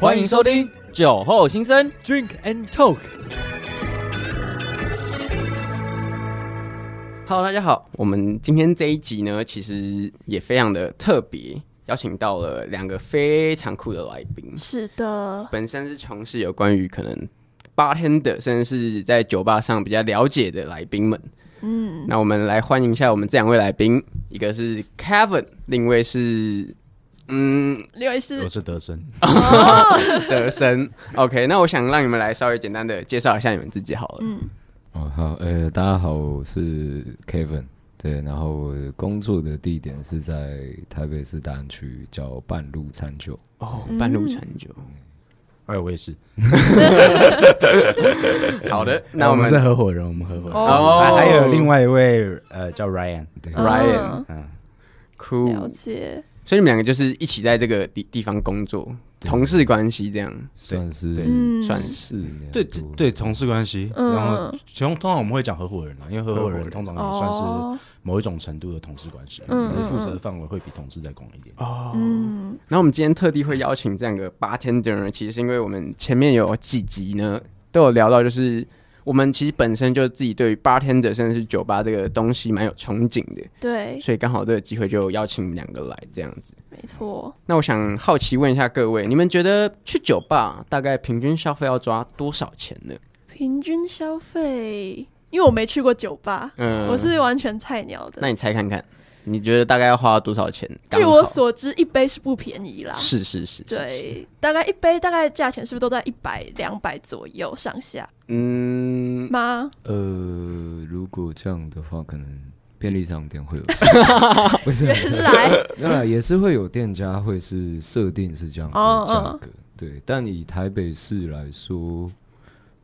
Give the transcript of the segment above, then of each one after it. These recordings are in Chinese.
欢迎收听《酒后心声》。 Drink and Talk。 Hello，大家好，我们今天这一集呢，其实也非常的特别，邀请到了两个非常酷的来宾，是的，本身是从事有关于可能 bartender，甚至是在酒吧上比较了解的来宾们。嗯，那我们来欢迎一下我们这两位来宾，一个是 Kevin，另一位是嗯刘医师我是德 生，德生。OK，那我想让你们来稍微简单的介绍一下你们自己好了。哦，好，呃，大家好，我是 Kevin，对，然后我工作的地点是在台北市大安区，叫半路餐酒。哦，半路成就。哎，我也是。好的，那我们是合伙人，我们合伙人。哦还还有另外一位呃叫 Ryan，对， Ryan，嗯嗯酷，了解，所以你们两个就是一起在这个地地方工作，同事关系这样。算是嗯，算四年对多，对，同事关系。嗯然后，其中通常我们会讲合伙人啊，因为合伙人通嗯常也算是哦，某一种程度的同事关系，嗯只是负责的范围会比同事再广一点。哦，嗯，然后我们今天特地会邀请这样个 bartender 呢，其实是因为我们前面有几集呢都有聊到，就是我们其实本身就自己对于 bartender 甚至是酒吧这个东西蛮有憧憬的，对，所以刚好这个机会就邀请你们两个来这样子。没错，那我想好奇问一下各位，你们觉得去酒吧大概平均消费要抓多少钱呢？平均消费，因为我没去过酒吧，嗯我是完全菜鸟那的。你猜看看，你觉得大概要花多少钱？据刚我好所知，一杯是不便宜啦。是是是，是，对，大概一杯大概价钱是不是都在一百、两百左右上下嗯，吗？呃，如果这样的话，可能便利商店会有，不是，原来，那也是会有店家会是设定是这样子哦的价哦格，对，但以台北市来说。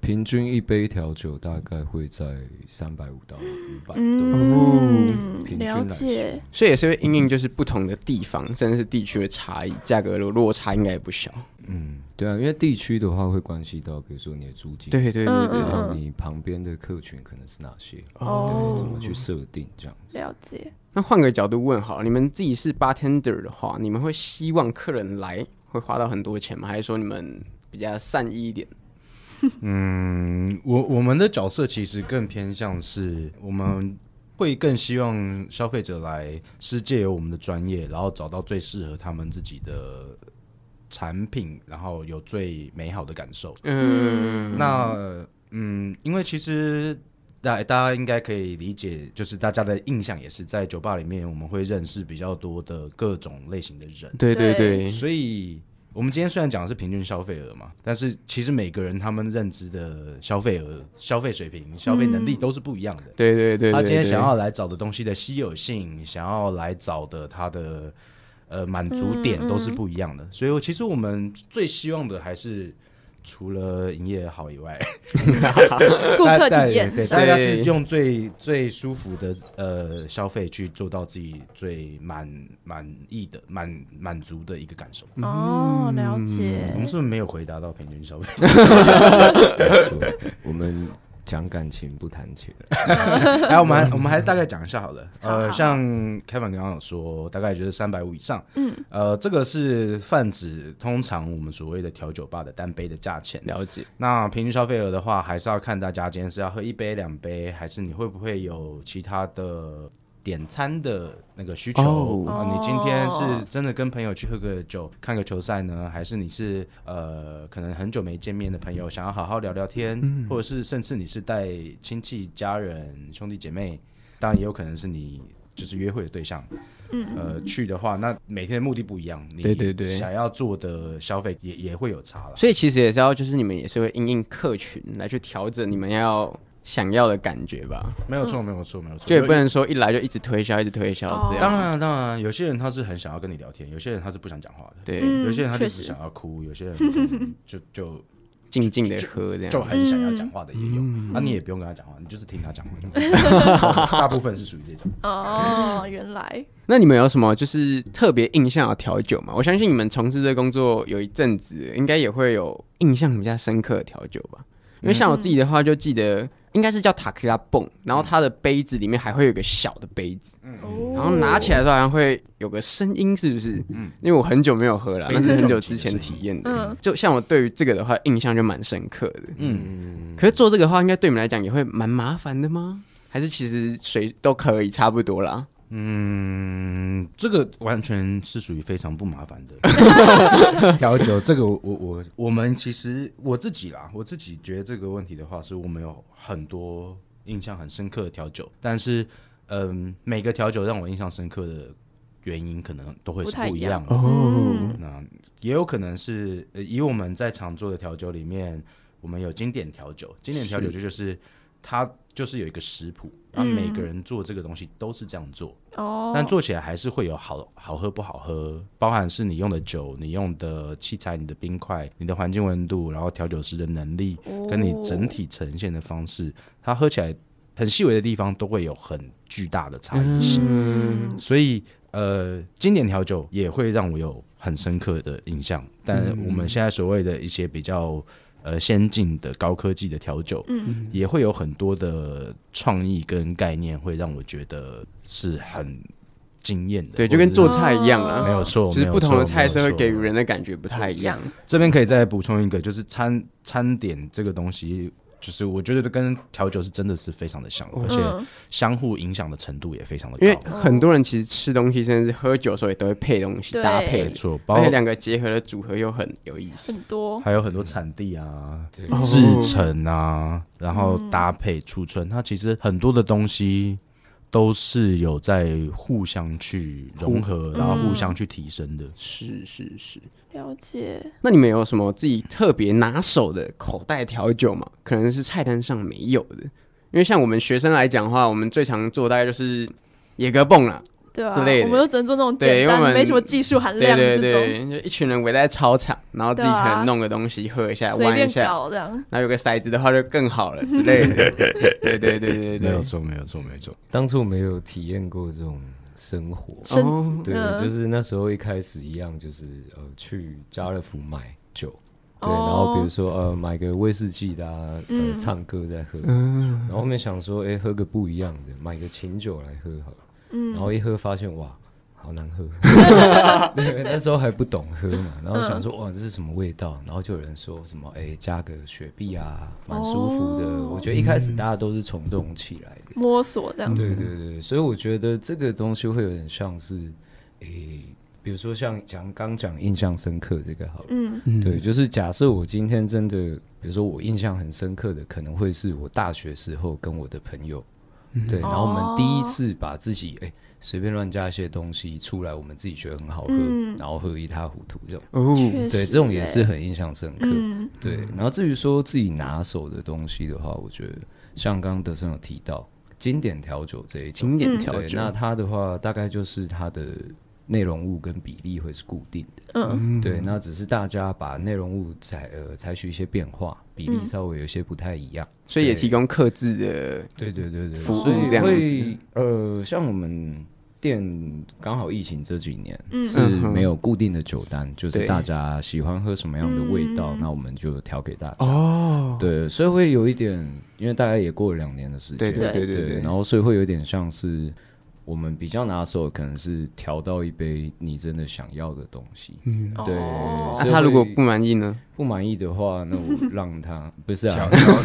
平均一杯调酒大概会在三百五到五百多，嗯，平均来了解，所以也是会因应就是不同的地方，甚至是地区的差异，价格落落差应该也不小。嗯，对啊，因为地区的话会关系到，比如说你的租金，，对对对嗯对，然后嗯你旁边的客群可能是哪些，哦对，怎么去设定这样子。了解，那换个角度问好了，你们自己是 bartender 的话，你们会希望客人来会花到很多钱吗？还是说你们比较善意一点？嗯，我我们的角色其实更偏向是我们。会更希望消费者来是借由我们的专业，然后找到最适合他们自己的产品，然后有最美好的感受。嗯，那嗯，因为其实大大家应该可以理解，就是大家的印象也是在酒吧里面，我们会认识比较多的各种类型的人，对对对对，所以。我们今天虽然讲的是平均消费额嘛，但是其实每个人他们认知的消费额、消费水平、消费能力都是不一样的。对对对对，他今天对想要来找的东西的稀有性，想要来找的他的呃满足点都是不一样的。所以我其实我们最希望的还是除了营业好以外，顾客大体验对，上大家是用最最舒服的呃消费去做到自己最满满意的满满足的一个感受。哦，嗯了解我，们是不是没有回答到平均消费？没错，我们讲感情不谈钱， 哎，我们还我们还大概讲一下好了。好好呃，好像 Kevin 刚刚有说，大概就是三百五以上。嗯，呃，这个是泛指通常我们所谓的调酒吧的单杯的价钱。了解，那平均消费额的话，还是要看大家今天是要喝一杯、两杯，还是你会不会有其他的点餐的那个需求？哦啊你今天是真的跟朋友去喝个酒、看个球赛呢，还是你是呃可能很久没见面的朋友，想要好好聊聊天，嗯或者是甚至你是带亲戚、家人、兄弟姐妹，当然也有可能是你就是约会的对象。呃，去的话，那每天的目的不一样，你对对对想要做的消费也也会有差了。所以其实也是要就是你们也是会因应客群来去调整你们要想要的感觉吧，没有错，没有错，没有错。就也有不能说一来就一直推销，一直推销这样，哦当然，当然，有些人他是很想要跟你聊天，有些人他是不想讲话的，对，嗯有些人他就确是实想要哭，有些人可能就就静静的喝这就样。很想要讲话的也 有，嗯那啊你也不用跟他讲话，你就是听他讲话。大部分是属于这种。哦，原来，那你们有什么就是特别印象的调酒吗？我相信你们从事这工作有一阵子，应该也会有印象比较深刻的调酒吧。因为像我自己的话，就记得应该是叫塔克拉泵，然后它的杯子里面还会有一个小的杯子，嗯嗯然后拿起来的时候好像会有个声音，是不是？嗯，因为我很久没有喝了，杯那子是很久撞击之的前声体音验的嗯。就像我对于这个的话，印象就蛮深刻的。嗯，可是做这个的话，应该对你们来讲也会蛮麻烦的吗？还是其实谁都可以，差不多啦。嗯，这个完全是属于非常不麻烦的。调酒这个我，我我我们其实我自己啦，我自己觉得这个问题的话，是我们有很多印象很深刻的调酒，但是嗯，每个调酒让我印象深刻的原因，可能都会是不太不一一样样的。嗯那也有可能是呃以我们在常做的调酒里面，我们有经典调酒，经典调酒就就是它就是有一个食谱，然后每个人做这个东西都是这样做，哦，但做起来还是会有好好喝不好喝，包含是你用的酒、你用的器材、你的冰块、你的环境温度，然后调酒师的能力跟你整体呈现的方式，它喝起来很细微的地方都会有很巨大的差异性。嗯所以呃，经典调酒也会让我有很深刻的印象。但我们现在所谓的一些比较呃先进的高科技的调酒，嗯，也会有很多的创意跟概念，会让我觉得是很惊艳的。对，就跟或者做是菜一样哦啦没。有错，就是呃没有不同错的菜色没有会错给予人的感觉不太一样。这边可以再补充一个，就是餐餐点这个东西。就是我觉得跟调酒是真的是非常的像，而且嗯相互影响的程度也非常的因为哦高。很多人其实吃东西，甚至喝酒的时候也都会配东西对搭没配，错，包而括且两个结合的组合又很有意思。很多，还有很多产地啊、对哦制成啊，然后搭配储存，它其实很多的东西都是有在互相去融合，然后互相去提升的。是是是。了解，那你们有什么自己特别拿手的口袋调酒吗？可能是菜单上没有的，因为像我们学生来讲的话，我们最常做大概就是野格蹦啦，对啊，之类的我们都只能做那种对简因为我单、们没什么技术含对量的对这种，对，就一群人围在操场，然后自己对啊可能弄个东西喝一下、随玩一便下，搞这样。然后有个骰子的话就更好了之类 的。对对对对没对有，错，没有错，没 有错。当初没有体验过这种生活，生哦对，嗯就是那时候一开始一样，就是呃去家乐福买酒，哦对，然后比如说呃买个威士忌的、啊，呃嗯唱歌在喝，然后后面想说，哎、喝个不一样的，买个琴酒来喝好了，嗯然后一喝发现哇。好难 喝，对，那时候还不懂喝嘛，然后想嗯说哇这是什么味道，然后就有人说什么哎、加个雪碧啊，哦蛮舒服的。我觉得一开始大家都是从这种起来的，摸索这样子，对对对，所以我觉得这个东西会有点像是，诶、比如说像讲刚讲印象深刻这个好了，嗯，对，就是假设我今天真的，比如说我印象很深刻的，可能会是我大学时候跟我的朋友，嗯对，然后我们第一次把自己诶随、便乱加一些东西出来，我们自己觉得很好喝，嗯然后喝一塌糊涂这种，哦，确实嗯对，这种也欸是，很印象深刻。嗯，对，然后至于说自己拿手的东西的话，我觉得像刚刚德森有提到经典调酒这一种，经典嗯调对，酒啊那，它的话大概就是它的内容物跟比例会是固定的，嗯，对，那只是大家把内容物采呃采取一些变化，比例稍微有些不太一样。所以也对提供克制的对对对对，服务所这以样会呃，像我们店刚好疫情这几年、是没有固定的酒单，就是嗯对大家喜欢喝什么样的味道，那我们就调给大家。哦，对，所以会有一点，因为大概也过了两年的时间，对对对对对对然后所以会有点像是我们比较拿手，可能是调到一杯你真的想要的东西。嗯，对。哦所那以他如果会不满意呢？不满意的话，那我让 他不是啊，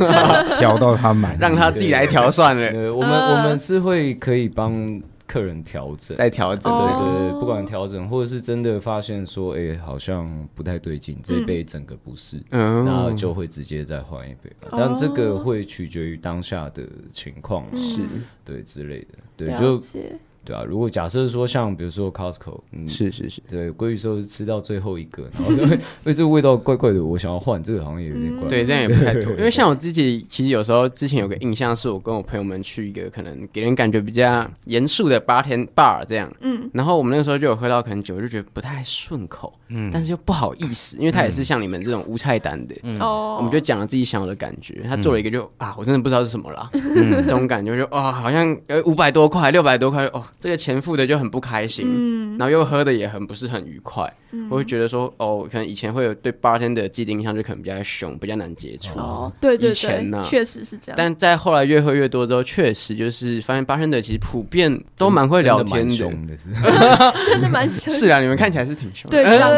调到他满意，让他自己来调算了，呃，我们我们是会可以帮客人调整。再调整。对哦对对，不管调整，或者是真的发现说，哎、好像不太对劲，这一杯整个不是，嗯，那就会直接再换一杯。哦但这个会取决于当下的情况嘛，是对之类的，对，嗯了就解，对啊。如果假设说像比如说 Costco，嗯，是是是，对，鲑鱼寿司吃到最后一个， 然后就会哎这个味道怪怪的，我想要换，这个好像也有点嗯怪。对，这样也不太妥。因为像我自己，其实有时候之前有个印象，是我跟我朋友们去一个可能给人感觉比较严肃的 bar ten bar 这样，嗯，然后我们那个时候就有喝到可能酒，就觉得不太顺口，嗯，但是又不好意思，因为他也是像你们这种无菜单的，哦，嗯我们就讲了自己想要的感觉，嗯他做了一啊个就、啊，我真的不知道是什么啦，这种感觉就哦，好像呃五百多块、六百多块，哦，这个钱付的就很不开心，嗯然后又喝的也很不是很愉快，我会觉得说，哦，可能以前会有对 bartender 的既定印象，就可能比较凶，比较难接触。哦，嗯对对以前对呐，确实是这样。但在后来越喝越多之后，确实就是发现 bartender 其实普遍都蛮会聊天真的的。蛮凶的是，真的蛮像，是啊，你嗯们看起来是挺凶的， 对，这样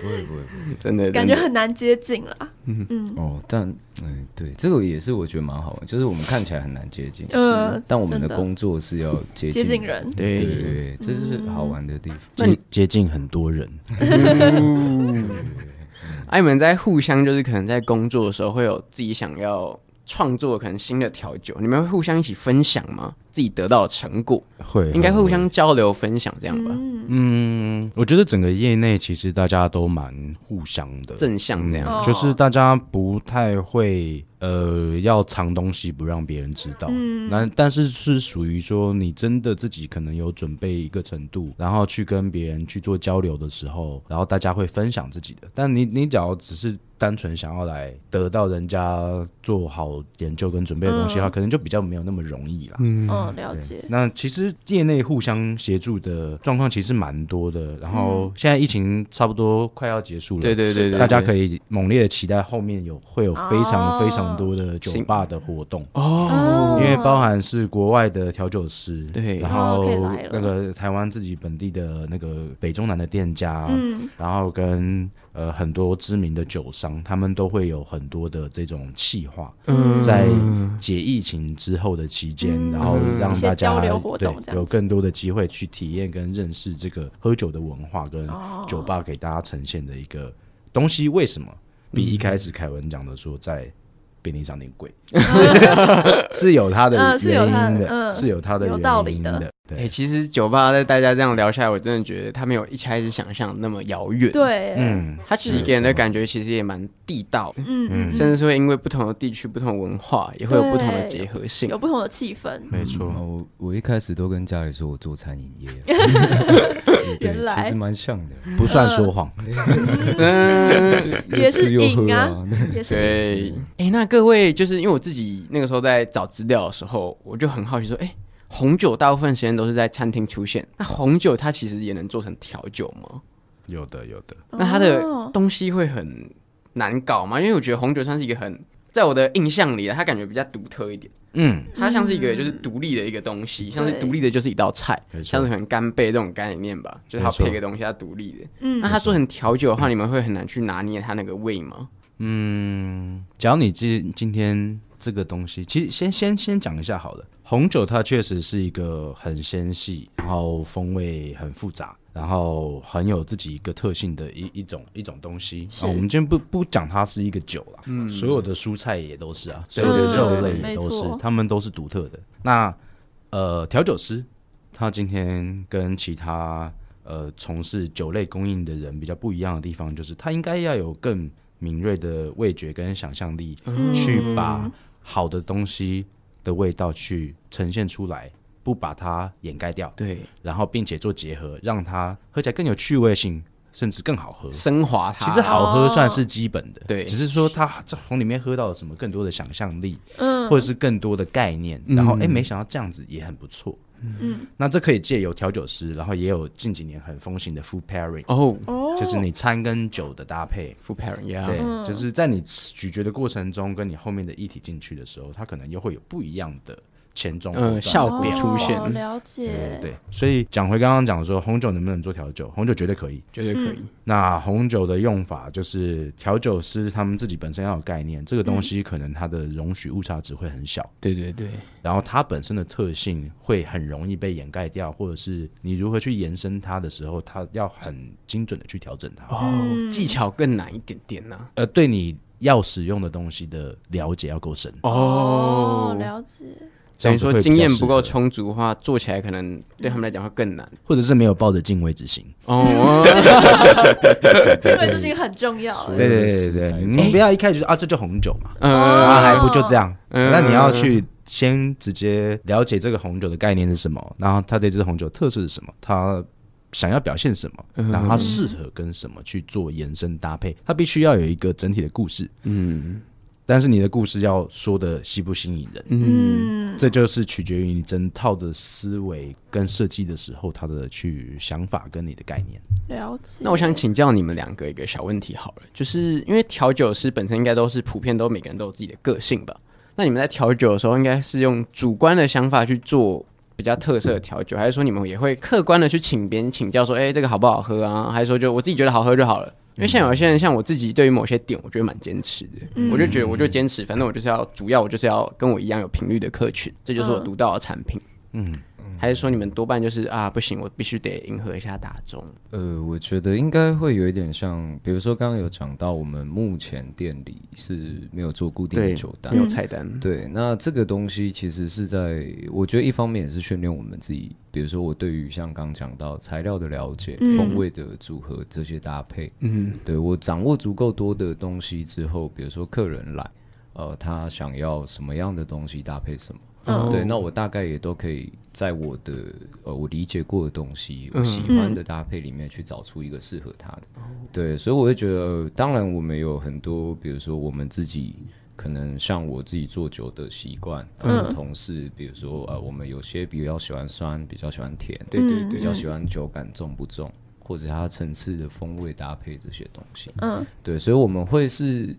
不会不会不真的感觉真的很难接近啦。嗯会哦，但嗯对，这个也是我觉得蛮好玩，就是我们看起来很难接近，呃是但我们真的的工作是要接接近近，人，嗯对对对对，这是好玩的地方。那你接接近很多人，哎，你们在互相就是可能在工作的时候会有自己想要创作可能新的调酒，你们会互相一起分享吗？自己得到的成果，会应该会互相交流分享这样吧，嗯，我觉得整个业内其实大家都蛮互相的，正向这样。哦就是大家不太会呃要藏东西不让别人知道，那、但是是属于说你真的自己可能有准备一个程度，然后去跟别人去做交流的时候，然后大家会分享自己的，但你你只要只是。单纯想要来得到人家做好研究跟准备的东西的话，可能就比较没有那么容易啦。嗯，了解。那其实业内互相协助的状况其实蛮多的，然后现在疫情差不多快要结束了，对对对对，嗯大家以可以猛烈的期待后面有会有非常哦非常多的酒吧的活动，哦因为包含是国外的调酒师，对然哦后可以来了那个台湾自己本地的那个北中南的店家，嗯然后跟呃很多知名的酒商，他们都会有很多的这种企划，嗯在解疫情之后的期间，嗯然后让大一些家交流活动对这样子有更多的机会去体验跟认识这个喝酒的文化跟嗯哦酒吧给大家呈现的一个东西。为什么比一开始凯文讲的说在便利商店贵，是是有它的嗯是有它的原因嗯的，是有它的有道原理因的的。哎、对，其实酒吧在大家这样聊下来，我真的觉得他没有一开始想象那么遥远。， 对，嗯嗯，它其实给人的感觉其实也蛮地道，嗯，甚至是会因为不同的地区、不同的文化，也会有不同的结合 性有。不同的气氛。没错。啊，我我一开始都跟家里说我做餐饮 业，对原来其实蛮像的，不算说谎，真也是又吃又喝瘾啊 啊，也是对，瘾哎、那各位就是因为我自己那个时候在找资料的时候，我就很好奇说，哎、红酒大部分时间都是在餐厅出现，那红酒它其实也能做成调酒吗？有的有的。那它的哦东西会很难搞吗？因为我觉得红酒算是一个很，在我的印象里啊，它感觉比较独特一点。嗯，它像是一个就是独立的一个东西，像是对独立的就是一道菜，没错像是可能干贝这种概念吧，就是它没错配一个东西它独立的。嗯那它做成调酒的话，你们会很难去拿捏它那个味吗？假如你今今天这个东西，其实先先先讲一下好了。红酒它确实是一个很纤细，然后风味很复杂，然后很有自己一个特性的一一种一种东西。是啊，我们今天不不讲它是一个酒啦，所有的蔬菜也都是啊，所有嗯的肉对类也都没是错，它们都是独特的。那呃，调酒师他今天跟其他呃从事酒类供应的人比较不一样的地方，就是他应该要有更敏锐的味觉跟想象力，嗯去把好的东西的味道去呈现出来，不把它掩盖掉，对，然后并且做结合，让它喝起来更有趣味性，甚至更好喝。升华它。其实好喝算是基本的，对只是说他从里面喝到了什么更多的想象力，嗯或者是更多的概念，然嗯后哎、诶没想到这样子也很不错。嗯，那这可以借由调酒师，然后也有近几年很风行的 food pairing，、哦哦，就是你餐跟酒的搭配。 ，food pairing 对 yeah，，就是在你咀嚼的过程中，跟你后面的液体进去的时候，它可能又会有不一样的前中后段呃效果哦出现嗯了解，对，所以讲回刚刚讲说，红酒能不能做调酒？红酒绝对可以。绝对可以。那红酒的用法就是调酒师他们自己本身要有概念，这个东西可能它的容许误差值会很小。对对对，然后它本身的特性会很容易被掩盖掉，或者是你如何去延伸它的时候，它要很精准的去调整它。哦，技巧更难一点点呢。呃，对你要使用的东西的了解要够深，哦，了解，这等于说样子会比较哦经验适不够合，充足的话，做起来可能对他们来讲会更难。或者是没有抱着敬畏之心。哦，因为这是一个很重要的，对对对对对，你不要一开始就啊这就红酒嘛，嗯，啊还不就这样？那你要去先直接了解这个红酒的概念是什么，然后它对这支红酒特色是什么，它想要表现什么，然嗯后它适合跟什么去做延伸搭配，它必须要有一个整体的故事。嗯，但是你的故事要说的吸不吸引人，嗯，这就是取决于你整套的思维跟设计的时候，他的去想法跟你的概念。了解。那我想请教你们两个一个小问题好了，就是因为调酒师本身应该都是普遍都每个人都有自己的个性吧？那你们在调酒的时候，应该是用主观的想法去做比较特色的调酒，还是说你们也会客观的去请别人请教说，哎、这个好不好喝啊？还是说就我自己觉得好喝就好了？因为像有些人，像我自己，对于某些点，我觉得蛮坚持的。我就觉得，我就坚持，反正我就是要，主要我就是要跟我一样有频率的客群，这就是我独到的产品。嗯，还是说你们多半就是啊，不行，我必须得迎合一下大众。呃，我觉得应该会有一点像，比如说刚刚有讲到，我们目前店里是没有做固定的对酒单没，有菜单，对，那这个东西其实是在，我觉得一方面也是训练我们自己，比如说我对于像刚讲到材料的了解、风味的组合这些搭配，嗯，对我掌握足够多的东西之后，比如说客人来，呃，他想要什么样的东西搭配什么。嗯对，那我大概也都可以在我的呃我理解过的东西，我喜欢的搭配里面去找出一个适合他的。对，所以我会觉得，呃当然我们有很多，比如说我们自己可能像我自己做酒的习惯，嗯，同事，比如说呃，我们有些比较喜欢酸，比较喜欢甜，对对对，比较喜欢酒感重不重，或者它层次的风味搭配这些东西，嗯，对，所以我们会是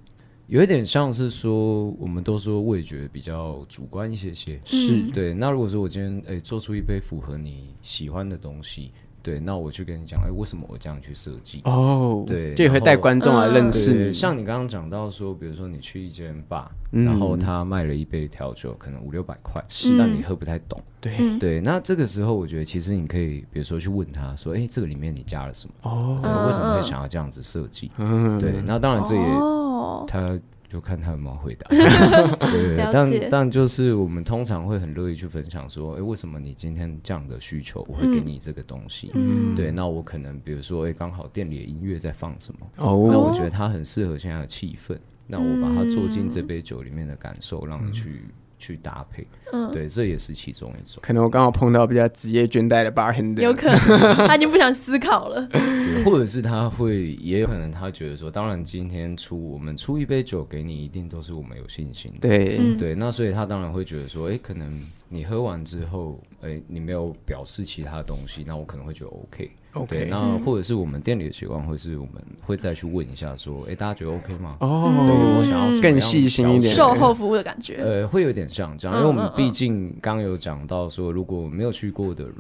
有一点像是说，我们都说味觉比较主观一些些，是对。那如果说我今天诶、哎做出一杯符合你喜欢的东西，对，那我去跟你讲，诶、哎为什么我这样去设计？哦，对就也会带观众来认识对，你，像你刚刚讲到说，比如说你去一间 bar，、然后他卖了一杯调酒，可能五六百块，是，但你喝不太懂。对嗯对，那这个时候我觉得其实你可以，比如说去问他说，哎，这个里面你加了什么？哦，为什么会想要这样子设计？对，那当然这也、哦，他就看他有没有 回答。对，了解但但就是我们通常会很乐意去分享说，哎，为什么你今天这样的需求，我会给你这个东西？嗯，对，那我可能比如说，哎，刚好店里的音乐在放什么？那哦，我觉得它很适合现在的气氛。那我把它做进嗯这杯酒里面的感受，让你去、去搭配。嗯对，这也是其中一种。可能我刚好碰到比较职业倦怠的 bartender，有可能他已经不想思考了。对，或者是他会，也有可能他觉得说，当然今天出我们出一杯酒给你，一定都是我们有信心的。对，对，那所以他当然会觉得说，哎，可能你喝完之后，哎，你没有表示其他东西，那我可能会觉得 OK。对， OK，嗯那或者是我们店里的习惯，会是我们会再去问一下说，哎，大家觉得 OK 吗？对，哦我，想要什么更样细的心调一整点售后服务的感觉，嗯呃，会有点像这样，因为我们毕竟刚有讲到说，如果没有去过的人，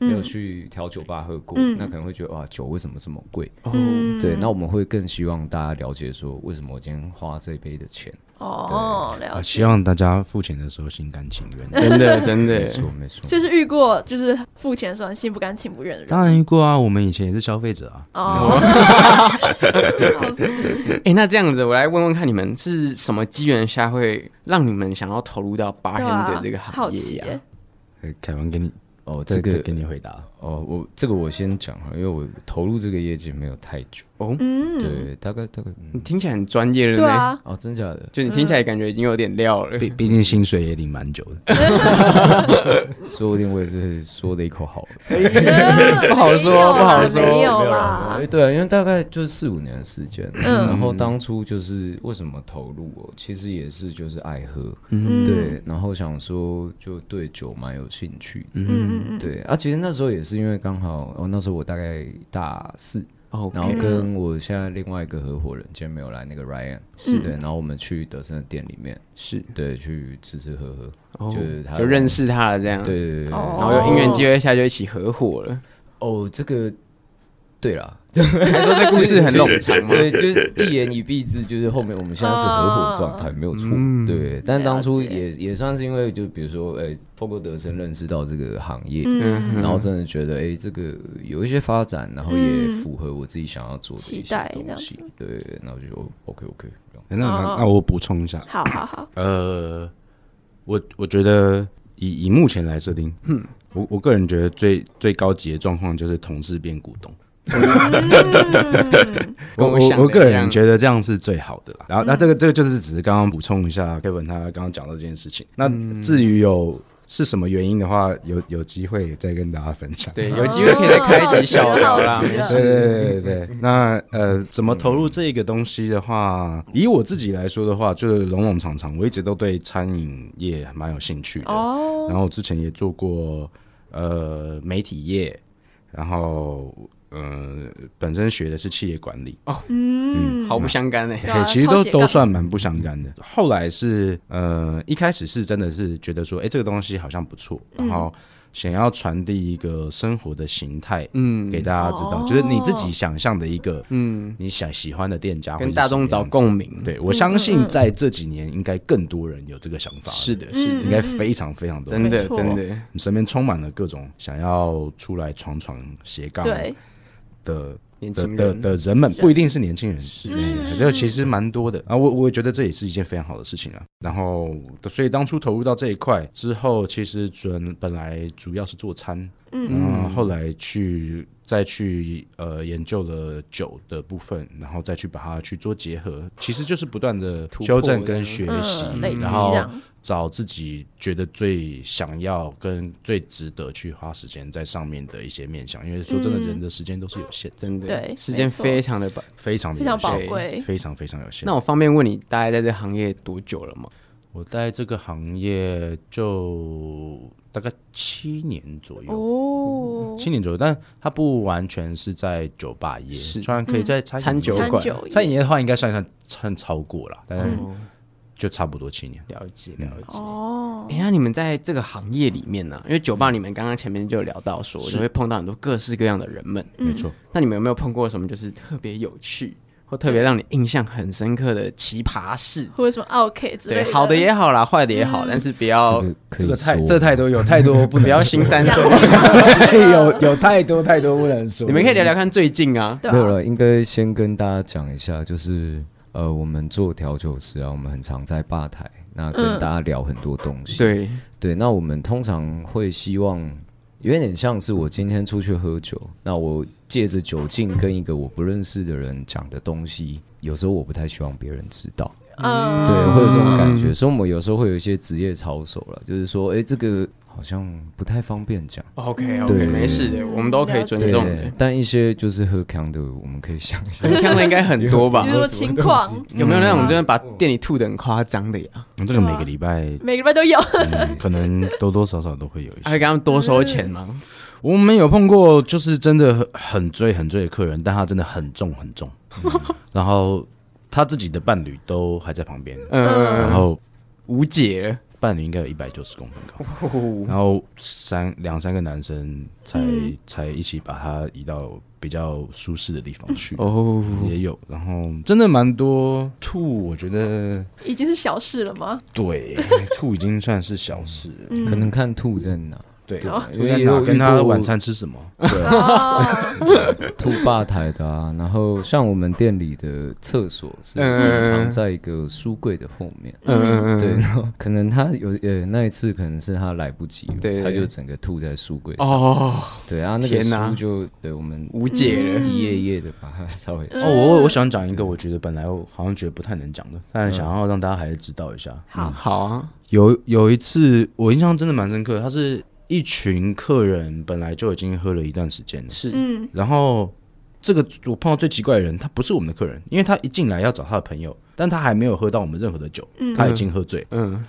嗯没有去调酒吧喝过，那可能会觉得哇，酒为什么这么贵？嗯，对，那我们会更希望大家了解说，为什么我今天花这杯的钱？呃哦，了啊，解。希望大家付钱的时候心甘情愿。真的真 没的，错，没啊错。就是遇过就是付钱的时候很心不甘情不愿的人当然遇过啊，我们以前也是消费者啊。 哦，啊笑死哎，那这样子，我来问问看，你们是什么机缘下会让你们想要投入到对啊 bartender，这个好行业奇啊耶呀？，呃凯文给你哦，这这个个给你回答，哦，我这个我先讲哈，因为我投入这个业界没有太久，嗯，对，大概大概，嗯你听起来很专业对了呢，啊，哦，真假的，就你听起来感觉已经有点料了。毕毕竟薪水也领蛮久的。说不定我也是说了一口好。不好说 不好说没有哎、啦，对啊，因为大概就是四五年的时间，嗯然后当初就是为什么投入哦，其实也是就是爱喝，对，然后想说就对酒蛮有兴趣，嗯，对，啊，其实那时候也是因为刚好，哦，那时候我大概大四，然后 OK，跟我现在另外一个合伙人，今天没有来那个 Ryan，是对，然后我们去德森的店里面，是，对，去吃吃喝喝，哦就是他就认，识他了这样，对对对对，哦然后有因缘机会下就一起合伙了。哦，这个对啦， 还说这故 事很冗长吗？对，就是一言以蔽之，就是后面我们现在是合伙状态，没有错。嗯对，但当初了解也也算是因为，就比如说，哎、透过德森认识到这个行业，嗯然后真的觉得，哎、这个有一些发展，然后也符合我自己想要做的一期些待这东样西子。对，然后就哦 OK OK，这样那那那我补充一下，好好好，呃，我我觉得以以目前来设定，嗯，我我个人觉得最最高级的状况就是同事变股东。 跟我我想的我个一样人觉得这样是最好的啦。嗯然后那这个这个就是只是刚刚补充一下 Kevin 他刚刚讲到这件事情。那至于有是什么原因的话，有有机会再跟大家分享。对，有机会可以再开一集小聊啦，哦好奇没了事。 对对对对对，那呃，怎么投入这个东西的话，以我自己来说的话，就是龙龙常常，我一直都对餐饮业蛮有兴趣的。哦，然后之前也做过呃媒体业，然后呃本身学的是企业管理，嗯，毫不相干欸嘞、对啊嘿其实都超斜杠都算蛮不相干的。后来是呃一开始是真的是觉得说，哎、这个东西好像不错，然后嗯想要传递一个生活的形态。嗯，给大家知道，哦就是你自己想象的一个，嗯嗯，你想喜欢的店家，跟大众找。共鸣。对，我相信在这几年应该更多人有这个想法，是，的，是的，应该非常非常多人真的没错真的，你身边充满了各种想要出来闯闯斜杠的对，的年轻的的人的人们，不一定是年轻人，嗯是就其实蛮多的啊。我我也觉得这也是一件非常好的事情啊。然后，所以当初投入到这一块之后，其实准本来主要是做餐，嗯，后来去再去呃研究了酒的部分，然后再去把它去做结合，其实就是不断的突破修正这跟样学习，嗯，累积然这后样，找自己觉得最想要跟最值得去花时间在上面的一些面向，因为说真的，嗯人的时间都是有限的，真的对时间没错非常的宝。非常的非常有宝限，贵。非常非常有限。那我方便问你，大概在这行业多久了吗？我在这个行业就大概七年左右，嗯哦，七年左右，但它不完全是在酒吧业，是虽然可以在餐饮餐酒业餐馆酒餐业饮业的话，应该算算算超过了，但嗯是哦，就差不多七年。了解了解。哦，哎、那你们在这个行业里面呢、因为酒吧你们刚刚前面就有聊到说，就会碰到很多各式各样的人们。嗯没错，那你们有没有碰过什么就是特别有趣或特别让你印象很深刻的奇葩事？或者什么 OK 之类嗯对，好的也好啦，坏的也好，但是不要这个可这以个太说这太多有太多不不能要新三色。 有有太多太多不能说。你们可以聊聊看最近啊，对没有啊，了，应该先跟大家讲一下，就是呃，我们做调酒师啊，我们很常在吧台，那跟嗯大家聊很多东西。对，对，那我们通常会希望，有点像是我今天出去喝酒，那我借着酒劲跟一个我不认识的人讲的东西，有时候我不太希望别人知道。啊嗯，对，会有这种感嗯觉，所以我们有时候会有一些职业操守了，就是说，哎、这个好像不太方便讲。 OK 对 OK，没事的，我们都可以尊对重的。但一些就是喝康的，我们可以想一下。很香的应该很多吧比？如说情况，有没有那种真的把店里吐的很夸张的呀？嗯这个啊每个礼拜、 每个礼拜都有，嗯可能多多少少都会有一还会些。跟他们多收钱吗？哎我们有碰过，就是真的很很追很追的客人，但他真的很重很 重，然后他自己的伴侣都还在旁边，嗯，然后无解了。伴侣应该有一百九十公分高，哦然后三两三个男生才、嗯才一起把他移到比较舒适的地方去。哦，也有，然后真的蛮多吐，我觉得已经是小事了吗？对 吐已经算是小事了，嗯 可能看吐在哪，对，因因为为哦也有跟遇他过晚餐吃什么？嗯哦，吐吧台的啊，然后像我们店里的厕所是嗯隐藏在一个书柜的后面，嗯嗯对，然后可能他有呃那一次可能是他来不及了，对他就整个吐在书柜上，哦，对啊，那个天哪书就对我们无解了。一页一页的把它 稍微哦，我我我想讲一个，我觉得本来我好像觉得不太能讲的，但想要让大家还是知道一下。好，好啊，有有一次我印象真的蛮深刻的，他是一群客人本来就已经喝了一段时间了，是嗯， 然后这个我碰到最奇怪的人，他不是我们的客人，因为他一进来要找他的朋友，但他还没有喝到我们任何的酒，他已经喝醉了，嗯，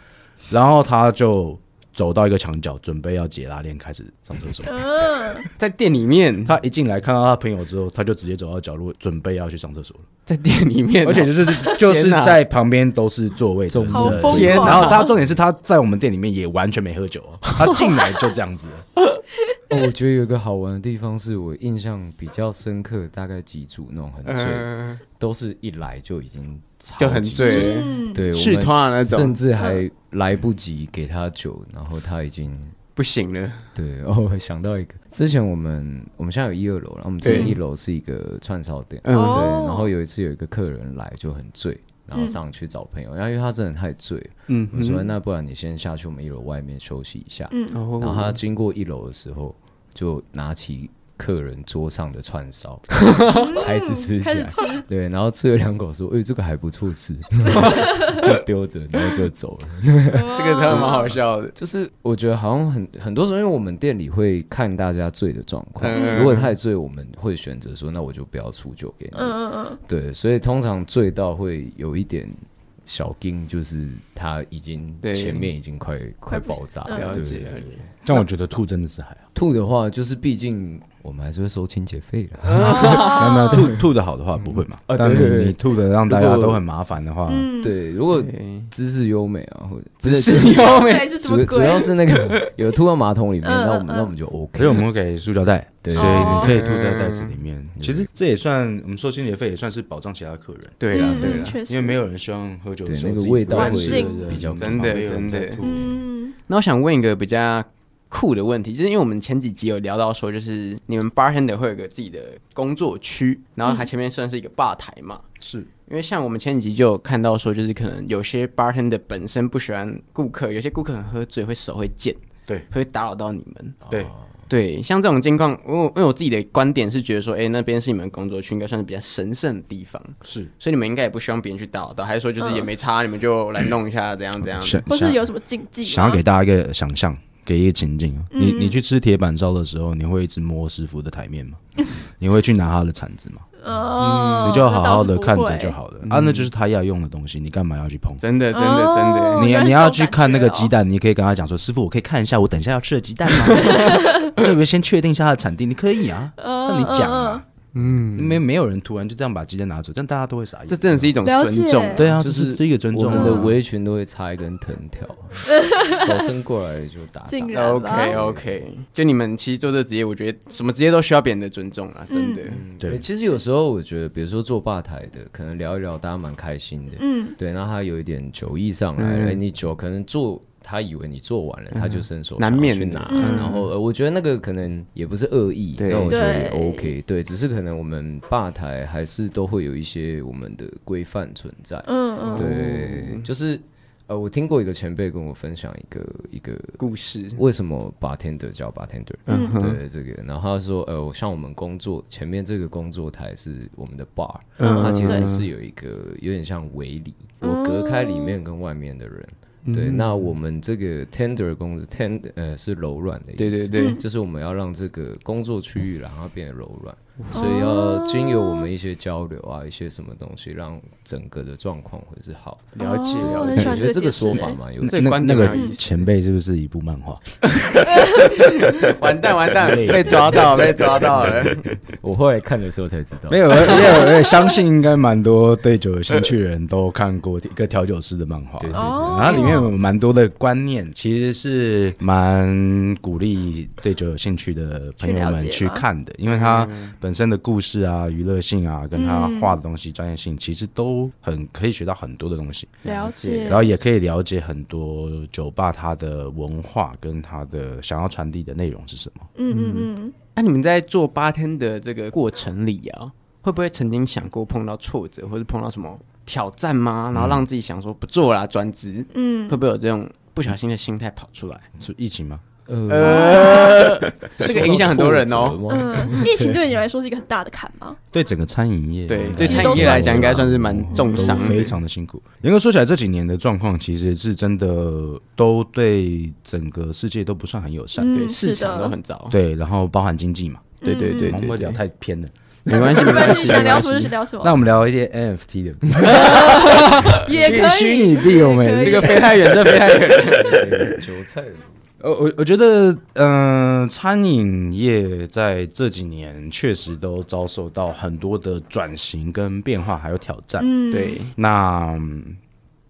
然后他就走到一个墙角，准备要解拉链开始上厕所。嗯在店里面，他一进来看到他朋友之后，他就直接走到角落，准备要去上厕所了。在店里面，啊而且就是就是天哪在旁边都是座位的众人，好疯天狂，啊然后他重点是他在我们店里面也完全没喝酒哦，他进来就这样子。哦，我觉得有一个好玩的地方是我印象比较深刻，大概几组那种很醉，嗯，都是一来就已经超就很级醉了，嗯，对，续我们团啊那甚种至还来不及给他酒，然后他已经不行了。 对哦，我想到一个，之前我们我们现在有一二楼，然后我们这对一楼是一个串烧店，嗯对，哦然后有一次有一个客人来就很醉，然后上去找朋友，然后因为他真的太醉了，嗯我们说那不然你先下去我们一楼外面休息一下，嗯然后哦，他经过一楼的时候就拿起客人桌上的串烧，开始吃起开始来。吃，对，然后吃了两口，说：“哎、这个还不错吃。” 就丢着，然后就走了。这个真的蛮好笑的。就是我觉得好像很很多时候，因为我们店里会看大家醉的状况，嗯如果太醉，我们会选择说：“那我就不要出酒给你。嗯嗯嗯， 对，所以通常醉到会有一点小惊，就是他已经对前面已经快快不爆炸了了，对解对了对解。但我觉得吐真的是还好，吐的话，就是毕竟我们还是会收清洁费的。啊没有没有吐吐的好的话不会嘛，啊但对对你对你吐的让大家如果都很麻烦的话， 对，如果嗯对姿势优美啊，或者只 是优美，对，是什么主鬼？主要是那个 有吐到马桶里面，嗯那我们嗯那我们就 OK。所以我们会给塑胶袋，对所以你哦可以吐在袋子里面。其实这也算我们收清洁费，也算是保障其他客人。对啦嗯对啊嗯，啦。确实，因为没有人希望喝酒的对时候那个自己味道不认会识的人比较旁边有人真的在真的吐嗯，那我想问一个比较酷的问题，就是因为我们前几集有聊到说，就是你们 bartender 会有个自己的工作区，然后它前面算是一个吧台嘛。是因为像我们前几集就有看到说，就是可能有些 bartender 本身不喜欢顾客，有些顾客很喝醉会手会贱，对，会打扰到你们。对，对，像这种情况，因为我因为我自己的观点是觉得说，哎、那边是你们工作区，应该算是比较神圣的地方，是所以你们应该也不希望别人去打扰到，还是说就是也没差，你们就来弄一下，怎样怎样？想或想是有什么禁忌吗？嗯想要给大家一个想象，给一个情景啊。你你去吃铁板烧的时候，你会一直摸师傅的台 面吗？你会去拿他的铲子吗？哦，嗯你就那好好的倒是不看着会就。好了啊，那就是他要用的东西，你干嘛要去碰？真的，真的，真的。哦你原来你这种要去感觉看那个哦鸡蛋，你可以跟他讲说：“师傅，我可以看一下我等一下要吃的鸡蛋 吗？”对不对？先确定一下它的产地，你可以啊，嗯那你讲啊。嗯，没没有人突然就这样把鸡蛋拿走，这样大家都会傻眼。这真的是一种了尊解重。对啊，就这是是这一个尊我重们的啊。围裙都会插一根藤 条，手伸过来就啊打竟打。然吧哦 OK OK，就你们其实做这职业，我觉得什么职业都需要别人的尊重啦，真的。对其实有时候我觉得，比如说做吧台的，可能聊一聊，大家蛮开心的。嗯，对，那他有一点酒意上来嗯了，哎你酒可能做，他以为你做完了，他就伸手难想要免去的拿。嗯然后呃我觉得那个可能也不是恶意，对那我觉得也对 OK。对，只是可能我们吧台还是都会有一些我们的规范存在。嗯嗯，对，就是呃，我听过一个前辈跟我分享一个一个故事，为什么 bartender 叫 bartender，对嗯嗯这个，然后他说，呃，像我们工作前面这个工作台是我们的 bar，、它嗯其实是有一个有点像围篱，嗯我隔开里面跟外面的人。嗯对，那我们这个 tender 工作 tend 呃是柔软的意思，对对对，就是我们要让这个工作区域让它变得柔软，所以要经由我们一些交流啊，一些什么东西，让整个的状况会是好的。了解哦了解我很对喜我欢觉这得这个解个说释法欸蛮有那这个那观那点很有嗯个意思前辈是不是一部漫画？完蛋完蛋之，类的被抓到被抓到了，我后来看的时候才知道，没有，没有，没有，相信应该蛮多对酒有兴趣的人都看过一个调酒师的漫画。对对哦然后里面有蛮多的观念，其实是蛮鼓励对酒有兴趣的朋友们去看的，因为它本身的故事啊、娱乐性啊，跟他画的东西、专业性，其实都很可以学到很多的东西，了解然。后也可以了解很多酒吧它的文化跟它的想要传递的内容是什么。嗯嗯嗯，那你们在做八天的这个过程里啊，会不会曾经想过碰到挫折，或者碰到什么挑战吗？然后让自己想说不做啦，转职，嗯，会不会有这种不小心的心态跑出来？是疫情吗？ 这个影响很多人哦。说到挫折吗。嗯疫情对你来说是一个很大的坎吗？对整个餐饮业，对应，该对其实餐都饮业来算讲，是应该吧算是蛮重伤都非的。常的辛苦。严格说起来，这几年的状况其实是真的都对整个世界都不算很友善。嗯对，市是场都的。嗯很糟。对，然后包含经济嘛，对对哦对我们对会聊对，太偏了。没关系没没关关系，系，想没聊关什么就系。聊什么，那我们聊一些 NFT 的部分，也可虚以。拟币，我也可们以这个飞太远，这飞太远。对韭菜呃，我我觉得，嗯、餐饮业在这几年确实都遭受到很多的转型跟变化，还有挑战。嗯，对，那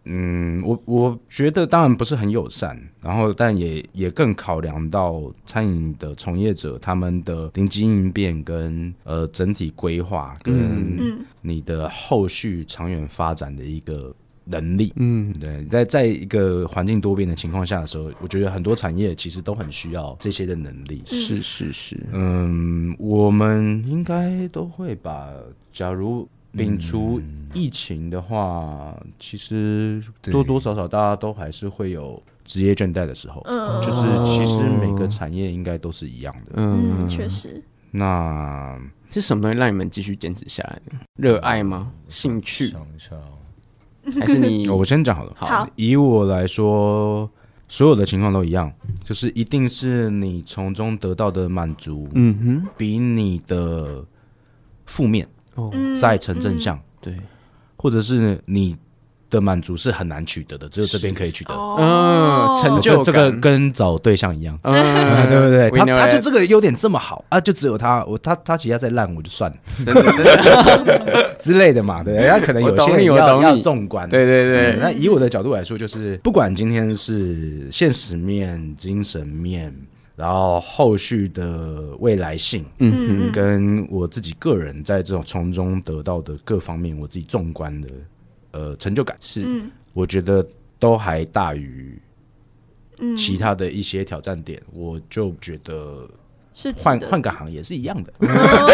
嗯，我我觉得当然不是很友善，然后但也也更考量到餐饮的从业者他们的临机应变跟呃整体规划嗯跟你的后续长远发展的一个能力。嗯，对，在在一个环境多变的情况下的时候，我觉得很多产业其实都很需要这些的能力。是是是，嗯，我们应该都会吧。假如摒除嗯疫情的话，其实多多少少大家都还是会有职业嗯嗯倦怠的时候。就是其实每个产业应该都是一样的。嗯，确实，那是什么东西让你们继续坚持下来呢？热爱吗？兴趣？想一下哦，还是你？哦我先讲好了。嗯好，以我来说，所有的情况都一样，就是一定是你从中得到的满足，嗯比你的负面哼，哦，嗯再成正向，对，或者是你的满足是很难取得的，只有这边可以取得。啊哦嗯，成就这这个感跟找对象一样，嗯， 对不对？ We 他 know 他就 that 这个优点这么好啊，就只有他，我他他其他再烂我就算了真的真的，之类的嘛，对不对？他可能有我懂些人你我要懂要你纵观，对对对，对，那以我的角度来说，就是不管今天是现实面、精神面，然后后续的未来性，嗯哼，跟我自己个人在这种从中得到的各方面，我自己纵观的呃成就感，是嗯我觉得都还大于嗯，其他的一些挑战点，我就觉得是值换得换个行也是一样的，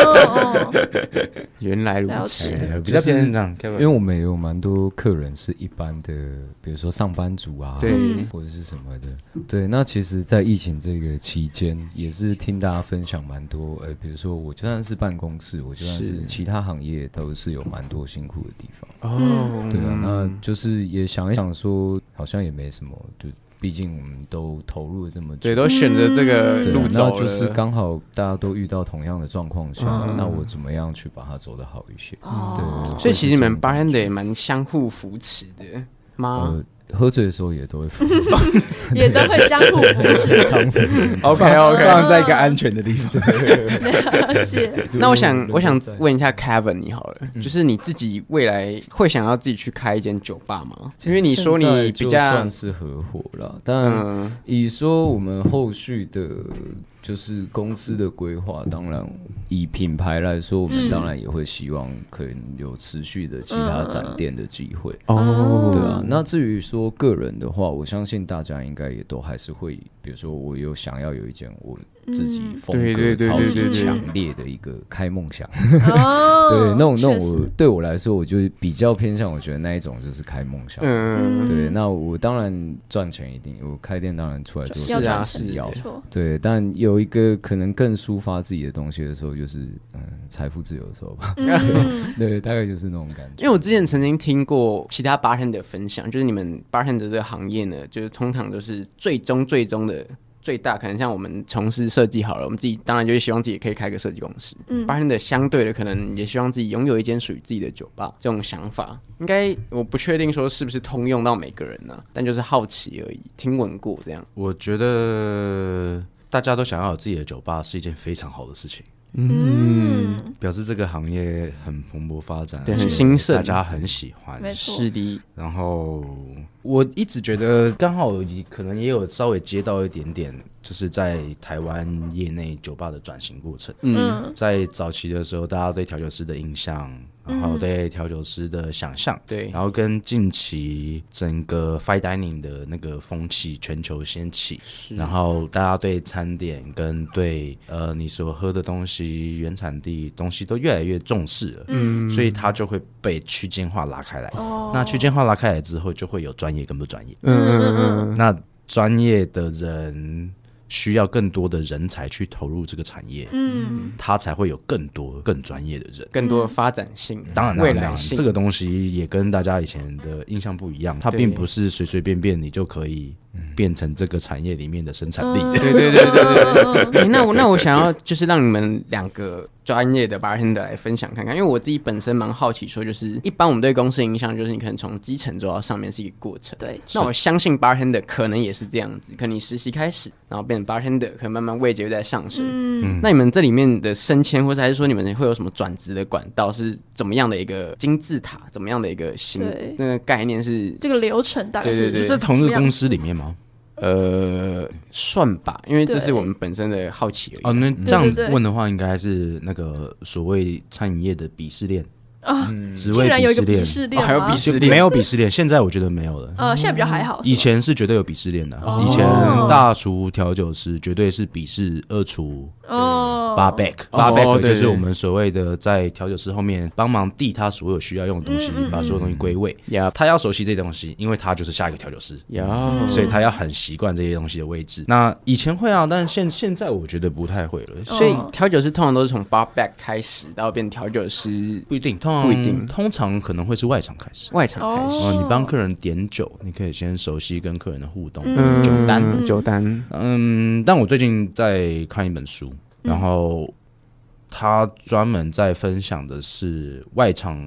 哦哦原来如了此，解，哎比较偏向这样，因为我们也有蛮多客人是一般的，比如说上班族啊，对，或者是什么的。对，那其实，在疫情这个期间，也是听大家分享蛮多，呃，比如说我就算是办公室，我就算是是其他行业，都是有蛮多辛苦的地方。哦，嗯对啊，那就是也想一想说，好像也没什么，就毕竟我们都投入了这么久，对，都选择这个对啊路那走了，就是刚好大家都遇到同样的状况下，那我怎么样去把它走得好一些？对，嗯哦所以其实你们八 bartender 也蛮相互扶持的吗呃喝醉的时候也都会服 也都会相互扶持，常服 人？OK OK，放在一个安全的地方，了解。呃 对那我想我想在嗯问一下 Kevin 你好了，就是你自己未来会想要自己去开一间酒吧吗？因为你说其实现在你比就较算是合伙了，但嗯以说我们后续的，就是公司的规划，当然以品牌来说，我嗯们当然也会希望可能有持续的其他展店的机会。哦对啊，那至于说个人的话，我相信大家应该也都还是会，比如说我有想要有一件我自己风对对格对超对级对对强烈的一个开梦想，哦，对，那种那确种实我对我来说，我就比较偏向，我觉得那一种就是开梦想。嗯对，那我当然赚钱一定，我开店当然出来做是啊生意是是要没。 错，对，但有一个可能更抒发自己的东西的时候，就是嗯，财富自由的时候吧。 嗯，对，大概就是那种感因觉。为我之前曾经听过其他 bartender 分享，就是你们 bartender 这个行业呢，就是通常都是最终最终的最大，可能像我们从事设计好了，我们自己当然就是希望自己可以开个设计公司。嗯 bartender 相对的可能也希望自己拥有一间属于自己的酒吧，这种想法应该我不确定说是不是通用到每个人呢、但就是好奇而已，听闻过这样。我觉得大家都想要有自己的酒吧是一件非常好的事情，嗯，表示这个行业很蓬勃发展，对而且很兴盛嗯大家很喜欢。没错，是的，然后我一直觉得，刚好也可能也有稍微接到一点点，就是在台湾业内酒吧的转型过程。嗯，嗯在早期的时候，大家对调酒师的印象，然嗯后对调酒师的想象，对，然后跟近期整个 fine dining 的那个风气全球掀起，然后大家对餐点跟对呃你所喝的东西、原产地东西都越来越重视了，嗯，所以它就会被区间化拉开来。哦那区间化拉开来之后，就会有专业跟不专业。嗯嗯嗯嗯那专业的人需要更多的人才去投入这个产业，嗯，他才会有更多更专业的人。更多的发展性，当然，未当然来，性，这个东西也跟大家以前的印象不一样，它对并不是随随便便你就可以变成这个产业里面的生嗯产 力。对对对对对欸那我那我想要就是让你们两个专业的 bartender 来分享看看，因为我自己本身蛮好奇，说就是一般我们对公司的印象就是你可能从基层做到上面是一个过程。对，那我相信 bartender 可能也是这样子，可能你实习开始，然后变成 bartender，可能慢慢位阶又在上升。嗯，那你们这里面的升迁，或者还是说你们会有什么转职的管道，是怎么样的一个金字塔，怎么样的一个形对那个概念是这个流程大概对是对是在同一个公司里面吗？呃算吧，因为这是对我们本身的好奇而已。哦，那这样对对对问的话，应该是那个所谓餐饮业的鄙视链啊，嗯职竟位然有一个鄙链，视哦链吗，还有鄙视就链没有鄙视链，现在我觉得没有了。呃，现在比较还好，是吗以前是绝对有啊哦鄙视链的，以前大厨、调酒师绝对是鄙视二厨、哦，哦 bar back，bar 哦 back 对就是对我们所谓的在调酒师后面帮忙递他所有需要用的东西，把所有东西归位。呀他要熟悉这些东西，因为他就是下一个调酒师。呀，所以他要很习惯这些东西的位置。那以前会啊，但现现在我觉得不太会了。所以调酒师通常都是从 bar back 开始，到变调酒师不一定，通常不一定通常可能会是外场开始。外场开始。哦，你帮客人点酒，你可以先熟悉跟客人的互动。嗯，酒单，酒单，嗯，但我最近在看一本书，然后他专门在分享的是外场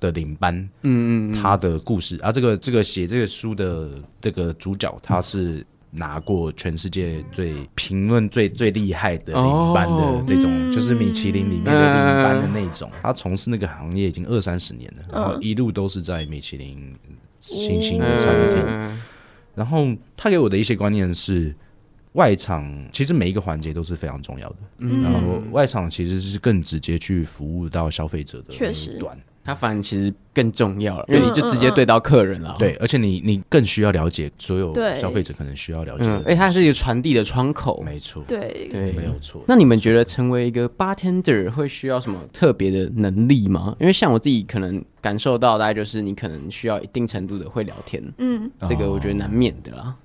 的领班，嗯嗯，他的故事啊，这个这个写这个书的这个主角，他是拿过全世界最评论最最厉害的领班的哦这种，就是米其林里面的领班的那种，他从事那个行业已经二三十年了，然后一路都是在米其林新兴的餐厅。嗯，然后他给我的一些观念是，外场其实每一个环节都是非常重要的。嗯然后外场其实是更直接去服务到消费者的确实那一端，它反而其实更重要了，因为你就直接对到客人了。对，而且你你更需要了解所有对消费者可能需要了解的嗯，东而西。且它是一个传递的窗口。没错，对，对，没有错。那你们觉得成为一个 bartender 会需要什么特别的能力吗？因为像我自己可能感受到，大概就是你可能需要一定程度的会聊天，嗯，这个我觉得难免的啦。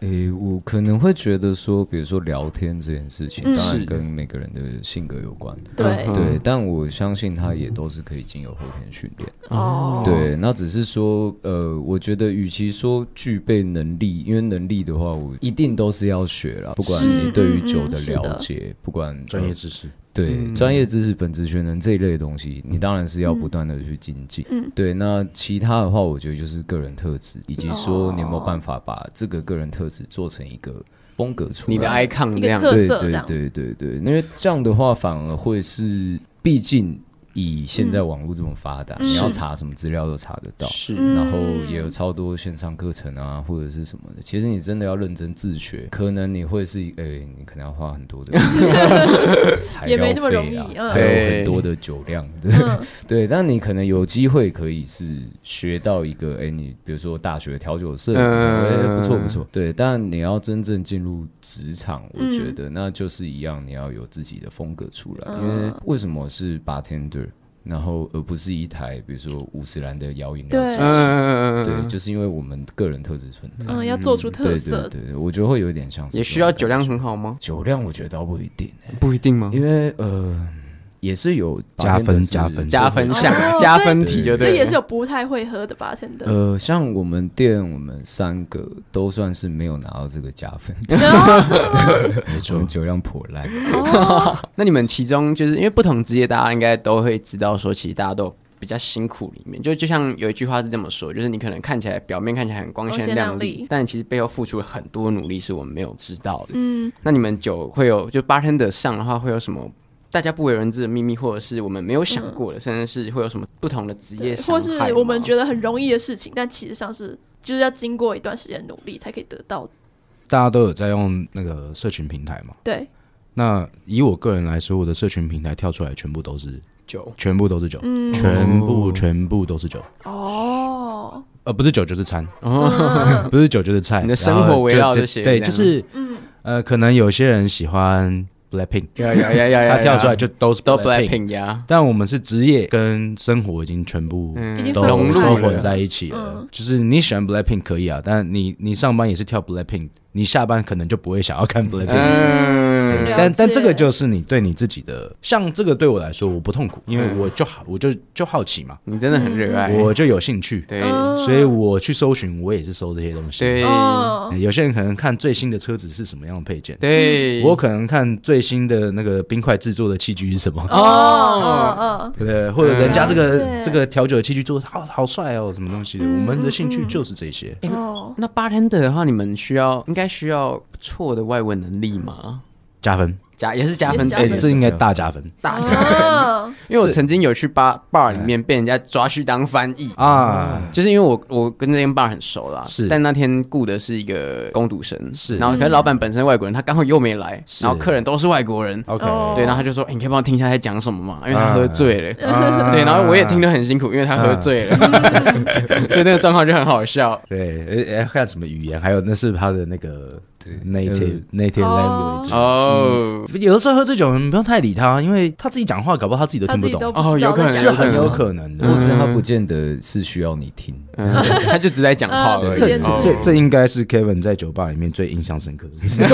诶、我可能会觉得说，比如说聊天这件事情，嗯当是然跟每个人的性格有关，对，嗯对，但我相信他也都是可以经由后天训练。哦，对，那只是说，呃，我觉得与其说具备能力，因为能力的话，我一定都是要学啦，不管是你对于嗯酒嗯的是了的解，不管专业呃知识，对专业知识、本职学能这一类的东西，你当然是要不断的去精进。对，那其他的话，我觉得就是个人特质，以及说你有没有办法把这个个人特质做成一个风格出来。你的 icon 一这个样，特对色这对样，对对对，因为这样的话反而会是，毕竟以现嗯在网络这么发达，你要查什么资料都查得到。是然后嗯也有超多线上课程啊，或者是什么的。其实你真的要认真自学，可能你会是一，诶、你可能要花很 多的材也料没那么费容啊易嗯还有对很多的酒量，对、对。但你可能有机会可以是学到一个，诶、哎你比如说大学调酒社，嗯诶、不错不错，对。但你要真正进入职场，我觉嗯得那就是一样，你要有自己的风格出来。因为为什么是 bartender？然后，而不是一台比如说五十岚的摇饮料对机嗯，对，就是因为我们个人特质存在。嗯，要做出特对色对，对，对我觉得会有一点像是这种感觉。也需要酒嗯量很好吗？酒量，我觉得倒不一定，不一定吗？因为呃，也是有加分 bartender 是加分加分项哦，加分题就这对了，也是有不太会喝的 bartender。呃，像我们店，我们三个都算是没有拿到这个加 分，然后真的吗？没错，嗯酒量破 烂。那你们其中就是因为不同职业，大家应该都会知道说，其实大家都比较辛苦。里面就就像有一句话是这么说，就是你可能看起来表面看起来很光光鲜鲜亮亮丽丽，但其实背后付出了很多努力，是我们没有知道的。嗯，那你们酒会有就 bartender 上的话，会有什么大家不为人知的秘密，或者是我们没有想过的，甚至是会有什么不同的职业伤嗯或害是吗我们觉得很容易的事情，但其实上是就是要经过一段时间努力才可以得到的。大家都有在用那个社群平台嘛？对，那以我个人来说，我的社群平台跳出来全部都是，酒全部都是酒，嗯全部全部都是酒，哦，呃，不是酒就是餐，嗯 不是酒就是哦菜。你的生然后活围就绕就这些对，这就样是呃，可能有些人喜欢 Blackpink，呀呀呀呀呀，他跳出来呀就都是哎都 Blackpink， blackpink 呀，但我们是职业跟生活已经全部嗯已经都分融不入开都了混在一起了。就是你喜欢 Blackpink 可以啊，但你你上班也是跳 Blackpink，你下班可能就不会想要看 Blackpink。嗯，了但但解这个就是你对你自己的，像这个对我来说我不痛苦，因为我就好我就就好奇嘛，你真的很热爱，嗯我就有兴趣，对嗯所以我去搜寻，我也是搜这些东西。哎对哦，有些人可能看最新的车子是什么样的配件，嗯对，我可能看最新的那个冰块制作的器具是什么，哦哦，哦，对不对？或者人家这了个解这个调酒的器具做得好好帅哦，什么东西的？我们的兴趣就是这些。哦，哦，那 bartender 的话，你们需要应该需要不错的外文能力吗？加分，加也是嗯加分也是加分哎，这应该大加分大哦，因为我曾经有去 bar bar 里面被人家抓去当翻译，嗯啊！就是因为我我跟那间 bar 很熟啦，是但那天雇的是一个工读生，是然后可是老板本身外国人，他刚好又没来，是然后客人都是外国人。 OK，哦 嗯对，然后他就说：“哎，你可以帮我听一下他在讲什么吗？因为他喝醉 了。啊对，然后我也听得很辛苦，因为他喝醉了， 所以那个状况就很好笑。对，哎哎，看什么语言，还有那是他的那个对 native native 哦 language。哦有的时候喝醉酒，你不用太理他，因为他自己讲话，搞不好他自己都他听自不己都懂，不知哦道有可能在是讲有可很能有可能呃，或的。是他不见得是需要你听，嗯，他就只在讲话而嗯已对。哦这这应该是 Kevin 在酒吧里面最印象深刻的事情。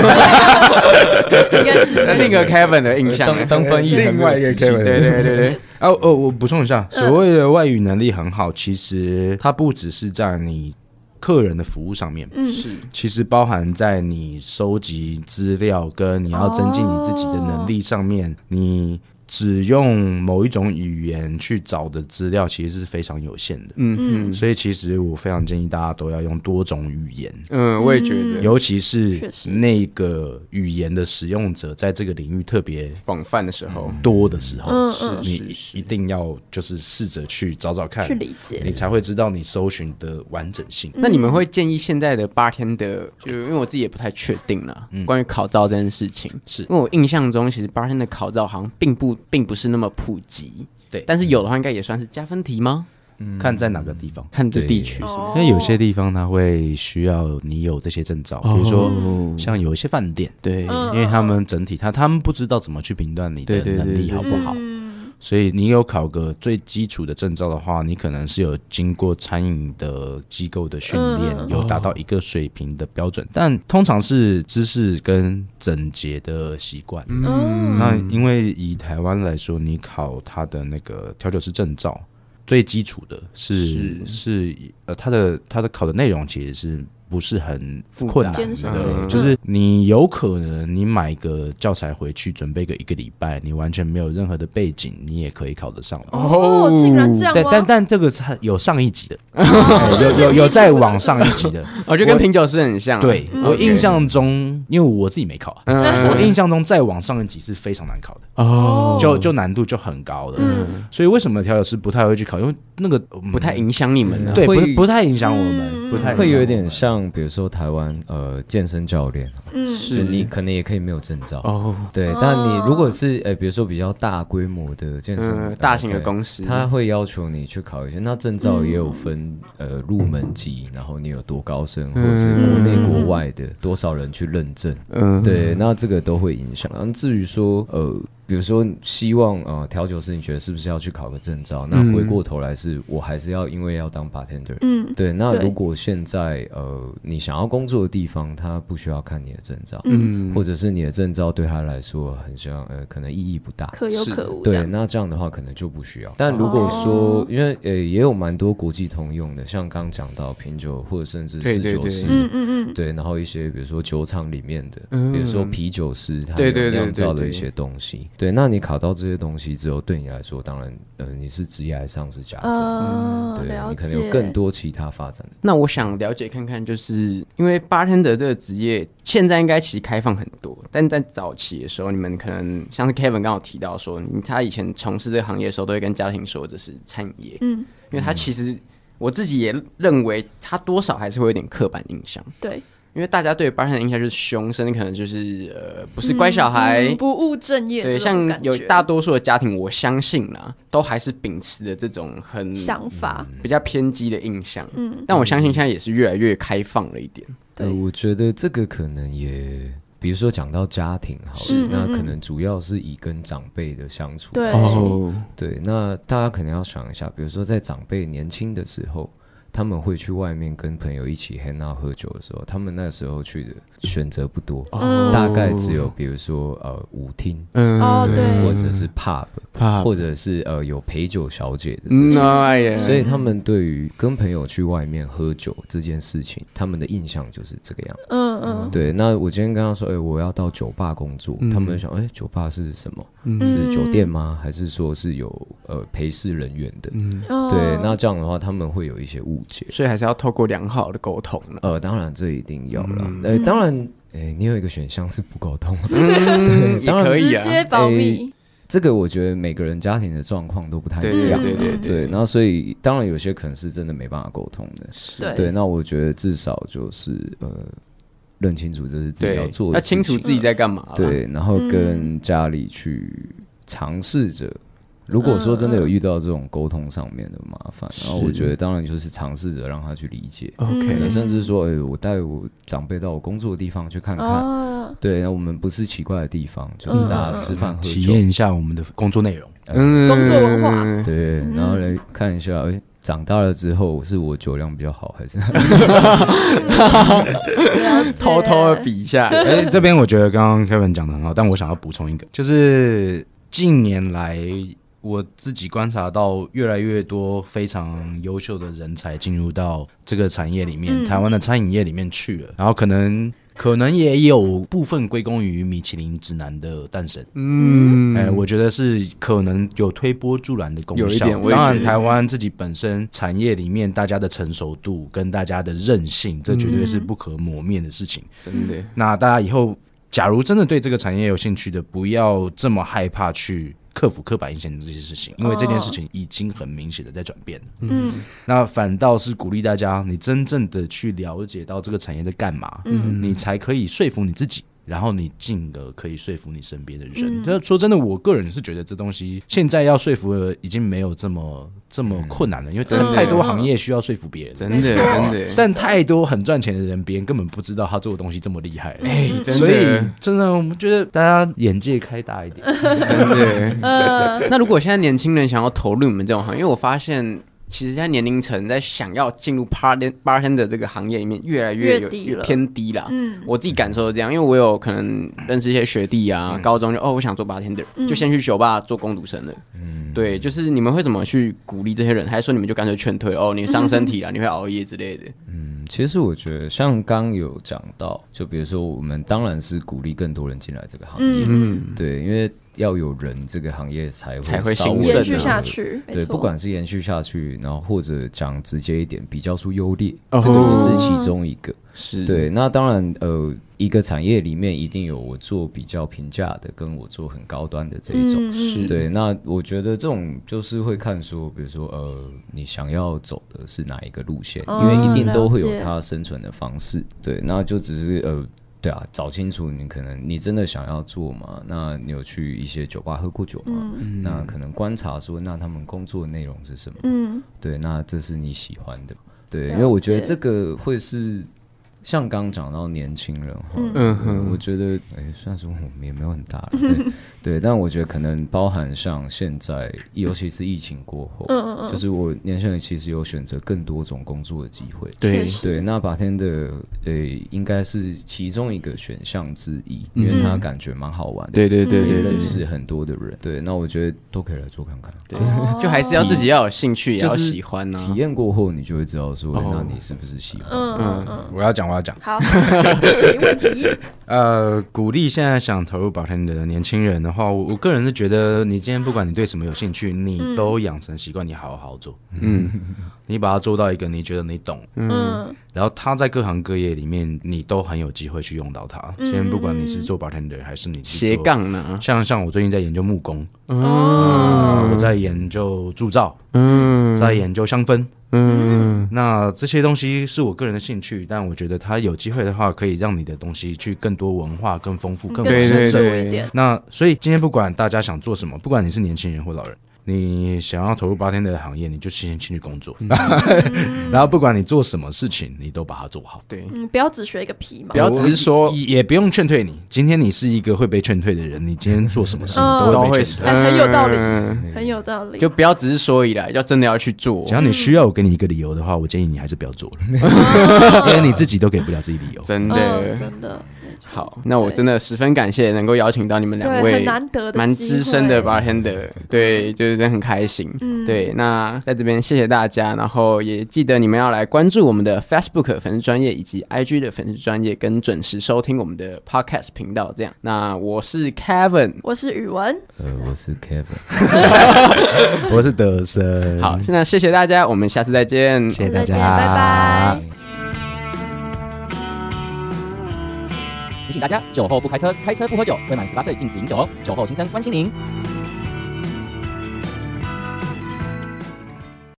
应该是 那另一个 Kevin 的印象， 当当翻译还没有另外一个死 Kevin 心对对 对对，哦哦，我补充一下，所谓的外语能力很好，其实它不只是在你客人的服务上面，嗯是其实包含在你收集资料跟你要增进你自己的能力上面，你。只用某一种语言去找的资料，其实是非常有限的。嗯嗯所以，其实我非常建议大家都要用多种语言，嗯，我也觉得尤其是确实那个语言的使用者在这个领域特别广泛的时候，多的时候，嗯嗯你是一是一定要就是试着去找找看去，理解你才会知道你搜寻的完整性。那嗯你们会建议现在的八天的，就因为我自己也不太确定啦，关于考照这件事情，是因为我印象中其实八天的考照好像并不并不是那么普及，对但是有的话应该也算是加分题吗？嗯看在哪个地方，看这对地区是吗？哦嗯因为有些地方它会需要你有这些证照，比如说像有一些饭店，对，嗯因为他们整体他他们不知道怎么去评断你对的对对能力对好不好，嗯所以你有考个最基础的证照的话，你可能是有经过餐饮的机构的训练，嗯有达到一个水平的标准，但通常是知识跟整洁的习惯。嗯那因为以台湾来说，你考他的那个调酒师证照，最基础的是是呃，他的他的考的内容其实是不是很复杂困难艰深的？对就是你有可能你买个教材回去准备个一个礼拜，你完全没有任何的背景，你也可以考得上了。哦，竟然这样但吗？但但这个是有上一级的，哦这有是有有基础在的嗯往是 上一级的。哦，就跟品酒师很像啊，对我 OK 印象中，因为我自己没考啊，嗯我印象中再往上一级是非常难考的。哦就就难度就很高的。所以为什么调酒师不太会去考？因为那个、嗯不太影响你们呢。啊对，会不不太影响我们，嗯不太会有一一点像，比如说台湾呃健身教练，嗯就你可能也可以没有证照，哦，对，但你如果是呃比如说比较大规模的健身嗯呃，大型的对公司，他会要求你去考一些，那证照也有分、嗯呃入门级，然后你有多高深，或者是国内国外的多少人去认证，嗯，对，那这个都会影响。然后至于说呃，比如说希望呃调酒师，你觉得是不是要去考个证照？那回过头来是我还是要因为要当 bartender。嗯对，那对如果现在呃，你想要工作的地方，他不需要看你的证照，嗯，或者是你的证照对他来说很像呃，可能意义不大。可有可无这对，样。那这样的话可能就不需要。但如果说，因为呃也有蛮多国际通用的，像刚讲到品酒或者甚至对侍对酒对师，嗯嗯嗯，对然后一些比如说酒厂里面的，嗯比如说啤酒师，他对对们对酿对造的对一些东西。对，那你考到这些东西之后，对你来说，当然呃你是职业上是加分，嗯呃，对啊了你可解。能有更多其他发展的。那我想了解看看，就是因为 bartender 这个职业现在应该其实开放很多，但在早期的时候，你们可能像是 Kevin 刚好提到说，你他以前从事这个行业的时候，都会跟家庭说这是餐饮业，嗯，因为他其实我自己也认为他多少还是会有点刻板印象，对，因为大家对 bartender 的印象就是凶，甚至可能就是呃不是乖小孩。嗯不务正业对，这种感像觉，有大多数的家庭，我相信啦，都还是秉持着这种很想法，比较偏激的印象。嗯，但我相信现在也是越来越开放了一点。呃，我觉得这个可能也，比如说讲到家庭好了嗯，那嗯可能主要是以跟长辈的相处对来说对，那大家可能要想一下，比如说在长辈年轻的时候，他们会去外面跟朋友一起 hang out 喝酒的时候，他们那时候去的选择不多，嗯大概只有比如说呃舞厅，嗯哦对或者是 pub，怕或者是呃有陪酒小姐的这种。嗯哎呀，所以他们对于跟朋友去外面喝酒这件事情，他们的印象就是这个样子。嗯嗯，对，那我今天跟他说，哎、我要到酒吧工作，他们就想，哎、酒吧是什么？是酒店吗？还是说是有呃陪侍人员的？哦对，那这样的话他们会有一些误解。所以还是要透过良好的沟通啊了。呃，当然这一定要啦。呃，当然，哎、你有一个选项是不沟通，嗯，也 当然可以直啊。接保密，这个我觉得每个人家庭的状况都不太对一对样啦。啊对嗯对对，然后所以当然有些可能是真的没办法沟通的。对对，那我觉得至少就是呃，认清楚这是自己要对做，的要事情，啊嗯清楚自己在干嘛。，对，然后跟家里去尝试着如果说真的有遇到这种沟通上面的麻烦，然后我觉得当然就是尝试着让他去理解，嗯 OK，、可能甚至说，哎、我带我长辈到我工作的地方去看看，哦，嗯对，那我们不是奇怪的地方，就是大家吃饭喝体酒，验一下我们的工作内容。嗯工作文化对，然后来看一下，哎、长大了之后是我酒量比较好，还是？ 偷偷的比一下， 哎，这边我觉得刚刚 Kevin 讲的很好，但我想要补充一个，就是近年来我自己观察到越来越多非常优秀的人才进入到这个产业里面，台湾的餐饮业里面去了，然后可能。可能也有部分归功于米其林指南的诞生，嗯，哎、我觉得是可能有推波助澜的功效。有一点我也当觉然得台湾自己本身产业里面大家的成熟度跟大家的韧性，这绝对是嗯不可磨灭的事情。真的，那大家以后假如真的对这个产业有兴趣的，不要这么害怕去克服刻板印象的这些事情，因为这件事情已经很明显的在转变了。嗯，那反倒是鼓励大家，你真正的去了解到这个产业在干嘛，嗯，你才可以说服你自己。然后你进而可以说服你身边的人。那、说真的，我个人是觉得这东西现在要说服的已经没有这么这么困难了，因为真的真的太多行业需要说服别人。嗯真的，真的，但太多很赚钱的人，别人根本不知道他做的东西这么厉害。哎，真所以的，真的，我们觉得大家眼界开大一点。 真的。 那如果现在年轻人想要投入你们这种行业，因为我发现。其实现在年龄层在想要进入 bartend bartender 这个行业里面，越来越越有低越了偏低啦。嗯我自己感受是这样，因为我有可能认识一些学弟啊，嗯高中就哦，我想做 bartender，、就先去酒吧做工读生了。嗯，对，就是你们会怎么去鼓励这些人？还是说你们就干脆劝退了？哦，你伤身 体了，你会熬夜之类的。嗯，其实我觉得像刚有讲到，就比如说我们当然是鼓励更多人进来这个行业，嗯，对，因为要有人这个行业才会才会稍微兴盛延啊续下去，没对，错不管是延续下去，然后或者讲直接一点，比较出优劣，哦这个也是其中一个。是，对，那当然，呃，一个产业里面一定有我做比较平价的，跟我做很高端的这一种。嗯嗯对，那我觉得这种就是会看说，比如说呃，你想要走的是哪一个路线，哦因为一定都会有了解它生存的方式。对，那就只是呃，对啊，找清楚你可能你真的想要做嘛？那你有去一些酒吧喝过酒吗？嗯那可能观察说，那他们工作内容是什么？嗯对，那这是你喜欢的，对，了因为我觉得解这个会是像刚讲到年轻人哈，嗯嗯，我觉得哎，虽然说我们也没有很大了，对 对，但我觉得可能包含像现在，尤其是疫情过后，嗯嗯嗯，就是我年轻人其实有选择更多种工作的机会，对确实对，那白天的呃应该是其中一个选项之一，因为他感觉蛮好玩的，嗯对对对也对嗯对认识很多的人，对，那我觉得都可以来做看看，对。哦就还是要自己要有兴趣，也就要是喜欢啊呢、体验过后，你就会知道说，哎哦那你是不是喜欢？嗯嗯嗯，我要讲，我要讲。好， 没问题，呃，鼓励现在想投入保天的年轻人的话，我我个人是觉得，你今天不管你对什么有兴趣，你都养成习惯，你好好做。嗯，你把它做到一个你觉得你懂，嗯然后它在各行各业里面，你都很有机会去用到它。今天不管你是做 bartender 还是你是做斜，杠啊呢？像像我最近在研究木工，哦，啊，我在研究铸造，嗯在研究香氛，嗯，那这些东西是我个人的兴趣，但我觉得它有机会的话，可以让你的东西去更多文化、更丰富、更更对完对深整。入一点，那所以今天不管大家想做什么，不管你是年轻人或老人，你想要投入八天的行业，你就先先去工作，嗯 然后不管你做什么事情，你都把它做好。对，嗯，不要只学一个皮毛不，要只是说也也不用劝退你，今天你是一个会被劝退的人，你今天做什么事情嗯都都会被会劝退。哎很有道理嗯很有道理，就不要只是说以来，要真的要去做只，要你需要我给你一个理由的话，我建议你还是不要做了，因为你自己都给不了自己理由。真嗯，的。真的，没错好，那我真的十分感谢能够邀请到你们两对，位很，难得的，蛮资深的 bartender，对，就是真的很开心。嗯对，那在这边谢谢大家，然后也记得你们要来关注我们的 Facebook 粉丝专业以及 IG 的粉丝专业，跟准时收听我们的 podcast 频道。这样，那我是 Kevin，我是语文，呃，我是 Kevin。我是德森，好，那谢谢大家，我们下次再见。谢谢大再家，见，拜拜。提醒大家，酒后不开车，开车不喝酒，未满十八岁禁止饮酒哦。酒后心生关心您。